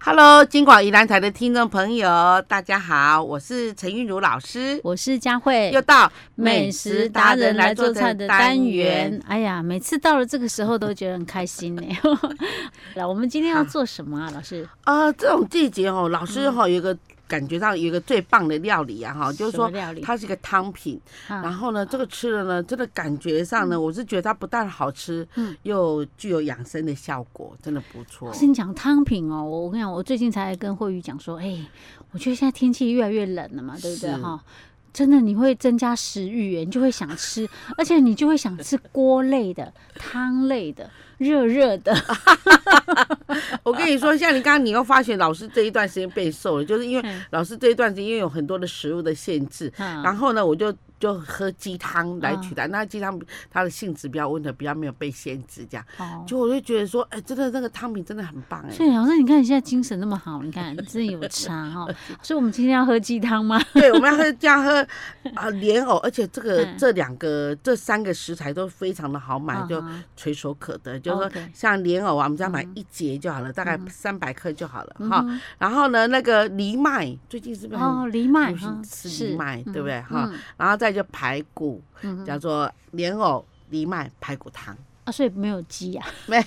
Hello，金广宜兰台的听众朋友，大家好，我是陈韵如老师，我是佳慧又，到美食达人来做菜的单元。。哎呀，每次到了这个时候都觉得很开心呢。 来，我们今天要做什么啊，老师？呃，这种季节哦，老师哈、有一个感觉上有一个最棒的料理啊哈，就是嗯什么说料理它是一个汤品，啊然后呢，这个吃了呢，真的感觉上呢，我是觉得它不但好吃，嗯又具有养生的效果，真的不错老。师，你讲汤品哦，我我跟你讲，我最近才跟慧宇讲说，哎、我觉得现在天气越来越冷了嘛，对不对是哈？真的，你会增加食欲耶，你就会想吃， 而且你就会想吃锅类的、汤类的、热热 的。我跟你说，像你刚刚，你又发现老师这一段时间变瘦了，就是因为嗯老师这一段时间因为有很多的食物的限制，然嗯，后呢，我就就喝鸡汤来取嗯代。那鸡汤它的性质比较温和，比较没有被限制，这样。哦就我就觉得说，哎、真的那个汤品真的很棒哎、所以老师，你看你现在精神那么好，你看真的有差 哦。所以我们今天要喝鸡汤吗？对，我们要喝这样喝啊，莲藕，而且这个、嗯这两个这三个食材都非常的好买，就啊哈垂手可得。就是说 OK，像莲藕啊，我们只要买一节就好了，大概三百克就好了哈。嗯然后呢，那个藜麦最近是不是很哦，藜麦流行哈吃是藜麦嗯对不对哈嗯然后再就排骨，嗯哼叫做莲藕藜麦排骨汤。啊，所以没有鸡呀。 没有，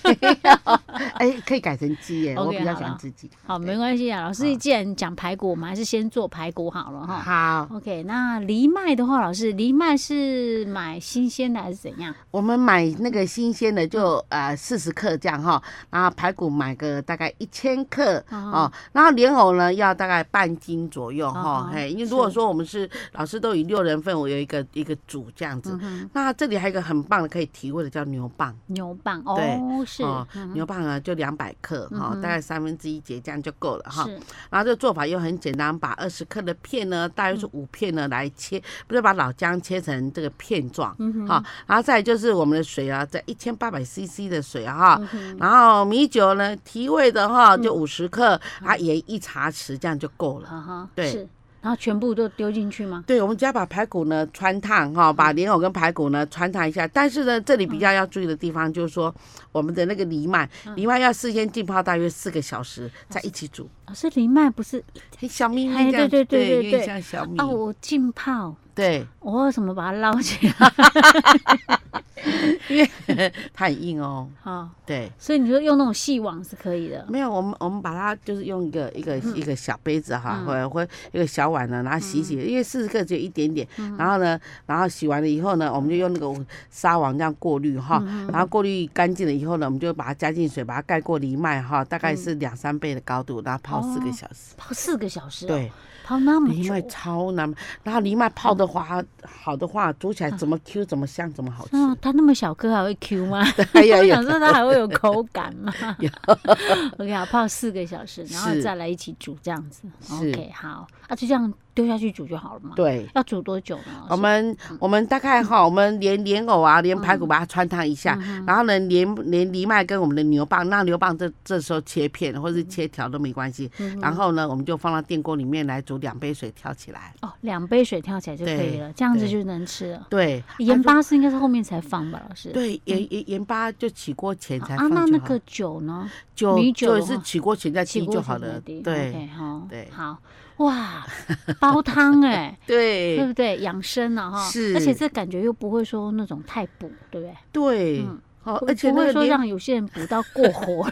哎，可以改成鸡耶，我 OK，比较好喜欢了吃鸡。好，对没关系啊。老好师既然讲排骨，我们还是先做排骨好了哈。好， OK，那藜麦的话，老师，藜麦是买新鲜的还是怎样？我们买那个新鲜的就呃四十克这样哈，然后排骨买个大概一千克啊哦，然后莲藕呢要大概半斤左右哈哦，嘿，因为是如果说我们是老师都以六人份，我有一个一个组这样嗯子。那这里还有一个很棒的可以提味的叫牛蒡牛蒡对哦，是哦嗯，牛蒡啊就两百克哈，嗯哼大概三分之一节这样就够了哈。是然后这个做法又很简单，把二十克的片呢，大嗯约是五片呢来切，不是把老姜切成这个片状，嗯好、然后再来就是我们的水啊，在一千八百 CC 的水啊嗯哈，然后米酒呢提味的哈就五十克，嗯啊盐一茶匙这样就够了。哈啊哈，对是，然后全部都丢进去吗？对，我们只要把排骨呢穿烫嗯哈，把莲藕跟排骨呢穿烫一下。但是呢，这里比较要注意的地方就是说，我们的那个藜麦，嗯藜麦要事先浸泡大约四个小时，再一起煮。老师，藜麦不是嘿小咪咪嘿这样，嗯哎对对对对有点对像小米哦，我浸泡，对，我为什么把它捞起 来？ 因为它很硬哦。好，对，啊所以你说用那种细网是可以的。没有，我们我们把它就是用一个一个嗯一个小杯子哈，或者或一个小碗呢，然后洗一洗，嗯因为四十克只有一点点。然后呢，然后洗完了以后呢，我们就用那个纱网这样过滤哈，嗯然后过滤干净了以后呢，我们就把它加进水，把它盖过藜麦哈，大嗯概是两三倍的高度，然后泡四个哦小时。泡四个小时、哦，，对，泡那么藜麦久，超难，然后藜麦泡的话好的话，煮起来怎么 Q 怎么香怎么好吃。嗯，它那么小颗还会 Q 吗？哎呀我呀想说它还会有口感 吗 ？OK，好，泡四个小时，然后是再来一起煮这样子。是 OK，好，啊，就这样丢下去煮就好了嘛。，对。哦要煮多久呢？我们嗯我们大概哈，我们连莲藕啊，连排骨把它穿烫一嗯下，然后呢，连连藜麦跟我们的牛蒡，那牛蒡这这时候切片或是切条都没关系，嗯然后呢，我们就放到电锅里面来煮两杯水挑起来。哦，两杯水跳起来就可以了，对这样子就能吃了。对，盐啊巴是应该是后面才放吧，老师就。对盐盐盐巴就起锅前才嗯啊，放那就那好个，酒呢？就米酒就的是话起锅前再起滴锅就好前再了。滴对，OK，好，对好，哇， 煲汤哎，对对不对？养生了哈，是而且这感觉又不会说那种太补，对不对？对嗯，好，不哦而且不那会个说莲，让有些人补到过 火，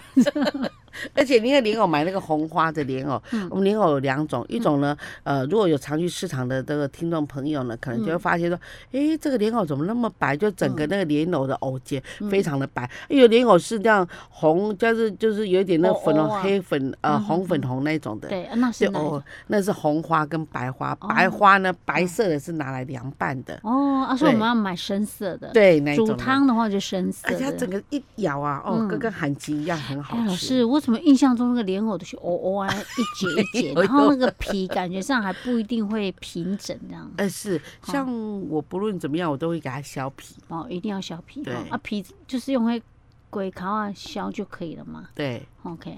而且那个莲藕买那个红花的莲藕，嗯我们莲藕有两种，一种呢，呃，如果有常去市场的这个听众朋友呢，可能嗯就会发现说，诶，这个莲藕怎么那么白？就整个那个莲藕的藕节嗯非常的白，有莲藕是这样红，就是就是有一点那哦粉哦红、啊黑粉呃红粉红那种的。对，那是就哪一藕种？那是红花跟白花，白花呢白色的是拿来凉拌的，哦，啊，所以我对们要买深色的，，对那一种煮的。汤的话就深色而且它整的。个一咬啊，哦，跟跟韩鸡一样很好哎，老吃。师，我怎么印象中那个莲藕都是哦哦啊一节 一节，哎呦然后那个皮感觉上还不一定会平整这样，呃，是像我不论怎么样，我都会给它削皮。哦，一定要削皮，对哦啊皮就是用那鬼烤啊削就可以了嘛。对， OK，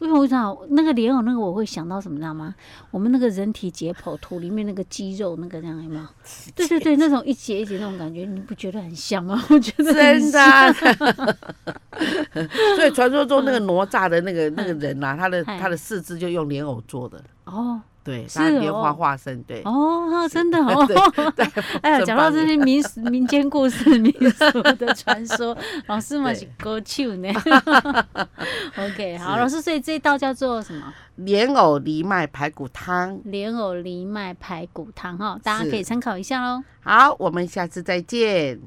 因为我想那个莲藕那个我会想到什么，你知道吗？我们那个人体解剖图里面那个肌肉那个这样有没 有？对对对，那种一节一节那种感觉，你不觉得很像吗？ 我觉得很真的啊、 所以传说中那个哪吒的那个、那个人呐、啊，他的哎他的四肢就用莲藕做的，哦对，是他莲花哦化身，对。哦，啊真的哦。 对， 哎呀，讲到这些，些民俗民间故事、民俗的传说，老师嘛对是勾手呢。OK，好，是老师，所以这一道叫做什么？莲藕藜麦排骨汤。莲藕藜麦排骨汤哈，大家是可以参考一下喽。好，我们下次再见。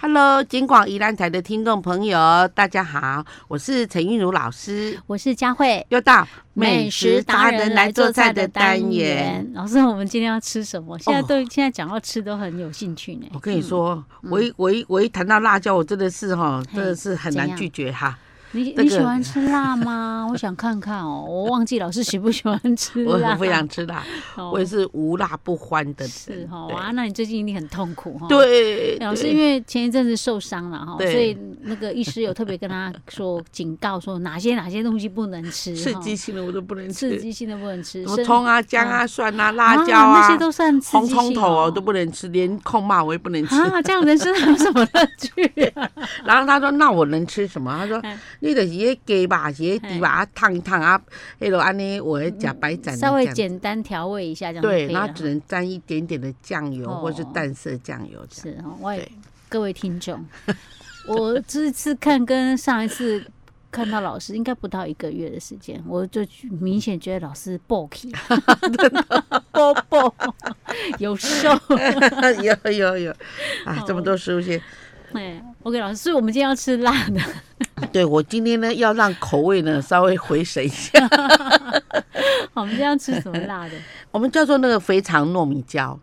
Hello，金广宜兰台的听众朋友，大家好，我是陈韵如老师，我是佳慧，又到美食达人来做菜的单元。。老师，我们今天要吃什么？现在哦都现在讲到吃都很有兴趣呢。嗯我跟你说，我一我一我一谈到辣椒，我真的是哈，嘿真的是很怎难样拒绝哈。你那你个喜欢吃 辣吗？我想看看哦，我忘记老师喜不喜欢吃我辣。非常吃辣，哦我也是无辣不欢的人。是哈对哇，那你最近一定很痛苦哈。对，老师对因为前一阵子受伤了哈，对所以那个医师有特别跟他说警告说哪些哪些东西不能吃，刺哈激性的我都不能刺吃，激性的不能吃，什么生葱啊、姜啊、蒜啊、辣椒那啊些、都算刺红激性葱头哦哦都不能吃，连控骂我也不能吃。啊，这样人生还有什么乐趣啊？然后他说：“那我能吃什么？”他说哎：“你就是迄鸡吧，是迄猪吧，啊烫一烫啊，迄落安尼我会食白斩的稍微这样简单调味一下这样就可对，以然后了。只能沾一点点的酱油哦或是淡色酱油这样。是哦，我也对各位听众， 我这次看跟上一次看到老师应该不到一个月的时间，我就明显觉得老师 b o k 波波有 瘦。有有有，啊哦，这么多食物线。啊哎，我给老师，所以我们今天要吃辣的，对我今天呢，要让口味呢稍微回神一下。 我们今天要吃什么辣的？ 我们叫做那个肥肠糯米椒，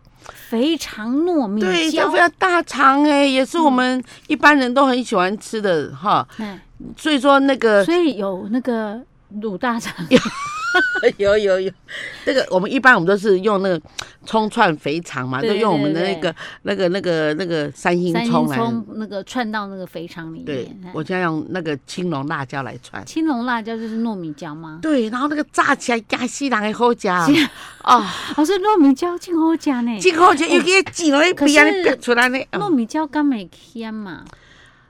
肥肠糯米对，这椒嗯非。常大肠哎、也是我们一般人都很喜欢吃的哈。哎，所以说那个所以有那个卤大肠， 有有有，那个我们一般我们都是用那个葱串肥肠嘛，对都对用我们的对那个那个那个那个三星三葱星来。葱那个串到那个肥肠里对面。哎，我现在用那个青龙辣椒来串。青龙辣椒就是糯米椒吗？对，然后那个炸起来加西人的好食哦，老师，糯米椒真好吃呢。进口前又给挤了一可鼻啊，哦是你逼出来呢。糯嗯米椒甘美甜嘛，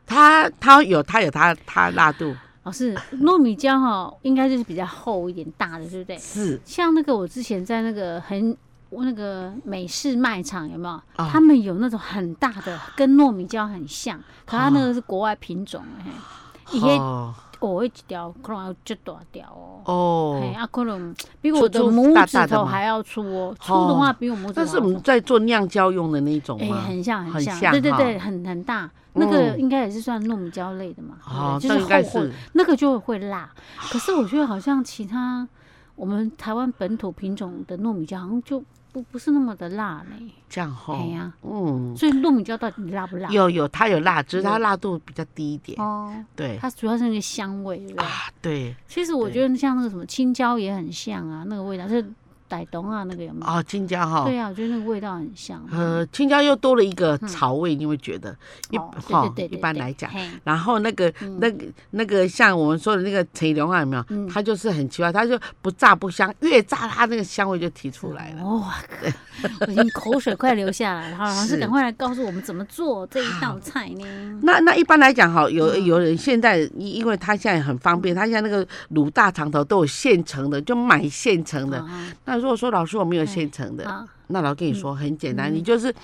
它它有它有它它辣度老师，哦糯米椒哈，应该就是比较厚一点、大的，对不对？是像那个我之前在那个很我那个美式卖场有没有？啊他们有那种很大的，跟糯米椒很像，可它那个是国外品种啊的。嘿，伊迄哦哦，迄一条可能有这大条哦。嘿，哦。啊，可能比我的粗粗拇大指大的头吗还要粗哦，粗的话比我拇指头那还是要我粗哦们。在做酿椒用的那种哎、吗？很像，很像，像对对哈对，很很大，那个嗯应该也是算糯米椒类的嘛，哦，对不那对应该就是厚厚是啊那个就会辣。可是我觉得好像其他我们台湾本土品种的糯米椒好像就不不是那么的辣呢。这样哎吼。呀、嗯，所以糯米椒到底辣不辣？哦有有，它有辣，只是它辣度比较低一点。哦，对它主要是那个香味，对不对？啊，对其实我觉得像那个什么青椒也很像啊，那个味道就是傣东啊，那个有没有？哦，青椒哈。对啊，我觉得那个味道很像。呃，青椒又多了一个草味，你会觉得一哦，哈对对对对，一般对来讲，嘿嗯然后那个、那个、那个，像我们说的那个陈龙啊，有没有？它就是很奇怪，它就不炸不香，越炸它那个香味就提出来了。哦，我已经口水快流下来了。好，老师是啊赶快来告诉我们怎么做这一道菜呢？那那一般来讲哈，有有人现在因因为它现在很方便，它现在那个卤大肠头都有现成的，就买现成的。啊那如果说老师我没有现成的，啊，那老师跟你说很简单，你就是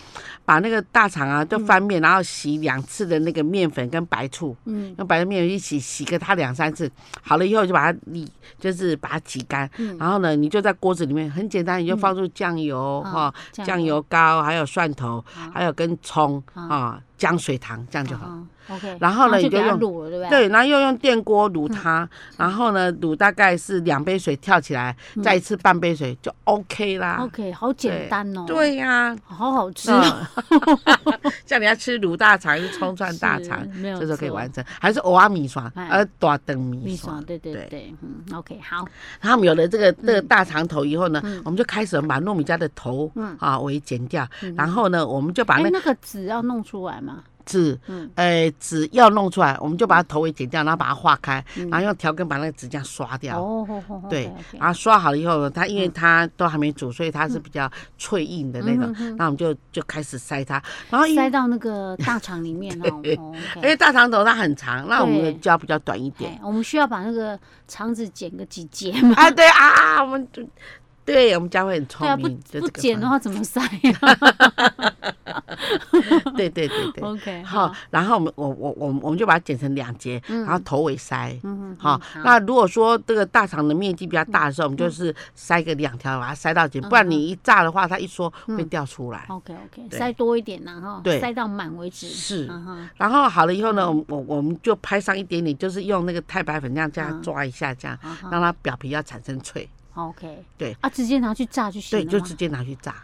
把那个大肠啊都翻面，然后洗两次的那个面粉跟白醋，嗯用白面粉一起洗个它两三次，好了以后就把它沥，就是把它挤干，嗯然后呢，你就在锅子里面，很简单，你就放入酱油嗯哈，酱酱油油膏，还有蒜头，啊还有跟葱啊啊，姜水糖这样就好了。嗯 OK，然后呢你就就给它用卤了，对不对？嗯对，然后又用电锅卤它，然后呢，卤大概是两杯水跳起来，嗯再一次半杯水就 OK 啦。 OK，好简啊对单哦。，对呀，好好吃哦。嗯 像你要吃卤大肠，还是葱蒜大肠是，没有这时候可以错完成，还是偶尔米爽，哎呃，大等米米爽爽，。对对对对，嗯，OK，好，他们有了这嗯个这个大肠头以后呢，我们就开始把糯米椒的头啊尾剪掉，然后呢，我们就把嗯哎嗯那，那个籽要弄出来吗？纸，呃，纸要弄出来，我们就把它头尾剪掉，然后把它化开，然后用调羹把那个纸这样刷掉。嗯哦，嗯好好好对 OK，OK，然后刷好了以后呢，它因为它都还没煮，所以它是比较脆硬的那嗯种。那我们就就开始塞它，然后因为塞到那个大肠里面 哦。哦因 OK 为大肠头它很长，那我们的对胶比较短一点。哎我们需要把那个肠子剪个几节嘛？啊，对啊，我们就对我们家会很对啊，聪不明，就不这个剪的方话怎么塞啊呀哦法对对对对。 ？OK，好，，然后我们我我我们我们就把它剪成两节，然后头尾塞。嗯，嗯好，嗯那如果说这个大肠的面积比较大的时候，我们就是塞个两条，把它塞到嗯紧，不然你一炸的话，它一缩会掉出来。 OK OK，对塞多一点然后对塞到满为止。是嗯哼然后好了以后呢，我嗯们我我们就拍上一点点，就是用那个太白粉这样这样抓一下，这样嗯哼让它表皮要产生脆。 ，OK，对啊，直接拿去炸就行对，了就吗直接拿去炸，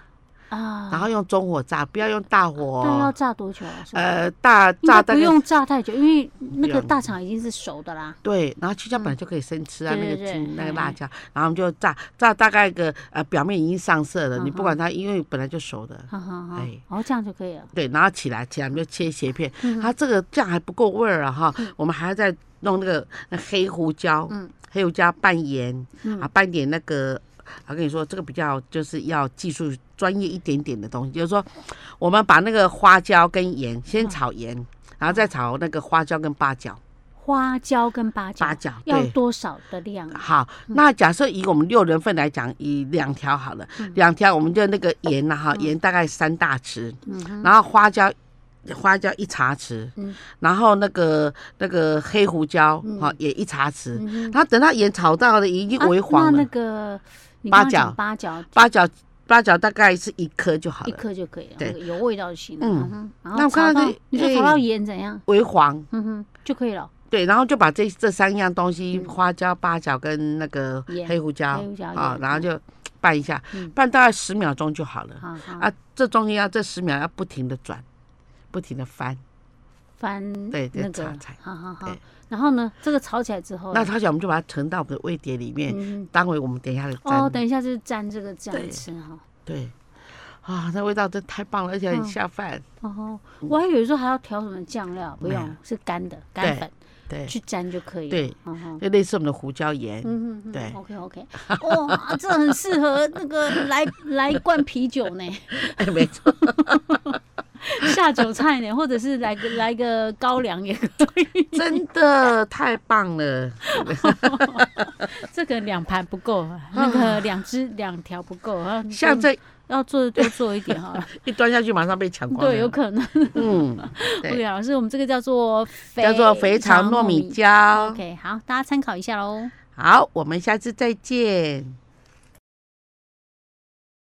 啊，然后用中火炸，不要用大火但要哦。炸多久啊？是吧，呃，大应该炸大不概用炸太久，因为那个不用大肠已经是熟的啦。对，然后青椒本来就可以生吃啊，对那个嗯对对嗯青那个嘿辣椒，然后我们就炸炸大概个呃表面已经上色了，你不嗯管它，因为本来就熟的。哈哈哈哎，哦，这样就可以了。对，然后起来起来我们就切斜片，嗯它这个酱还不够味儿啊哈，我们还要再弄那个那黑胡椒，嗯黑胡椒拌盐啊，拌点那个。我跟你说，这个比较就是要技术专业一点点的东西，就是说，我们把那个花椒跟盐嗯先炒盐，然后再炒那个花椒跟八角。花椒跟八角，八角要对多少的量啊？好，那假设以我们六人份来讲，以两条好了，嗯两条我们就那个盐呐哈，盐大概三大匙，然后花椒。花椒一茶匙，嗯然后那个那个黑胡椒哈、也一茶匙，然后等到盐炒到了已经嗯啊微黄那了，那个你八刚刚讲角八角八角八角大概是一颗就好一了，颗就可以了，对那个有味道就行了。嗯嗯哼，然那后我炒看到到这你说哎炒到盐怎样？微黄嗯哼，就可以了。对，然后就把这这三样东西，花椒、八角跟那个嗯盐黑胡椒黑胡椒啊盐，然后就拌一下嗯，拌大概十秒钟就好了。好好啊，这中间要这十秒要不停的转，不停的翻，翻对对那炒个菜，好好好对。然后呢，这个炒起来之后，那它想我们就把它盛到我们的味碟里面，哦嗯，当为我们等一下的蘸。哦，等一下就是蘸这个这样吃哈。对，啊，那味道真太棒了，而且很嗯下饭。哦，我还以为说还要调什么酱料，不没有用，是干的干粉对，去沾就可以了。对哦，哦就类似我们的胡椒盐。嗯嗯，对 OK OK，哇，啊这很适合那个来来一罐啤酒呢， 哎，没 错，下酒菜呢，或者是来个来个高粱也可以。真的太棒了。嗯这个两盘不够啊，那个两只两条不够啊，像这要做的多做一点哈。一端下去，马上被抢 光了。对，有可能。嗯，对对，老师，我们这个叫做叫做肥肠糯米。椒。 OK，好，大家参考一下喽。好，我们下次再见。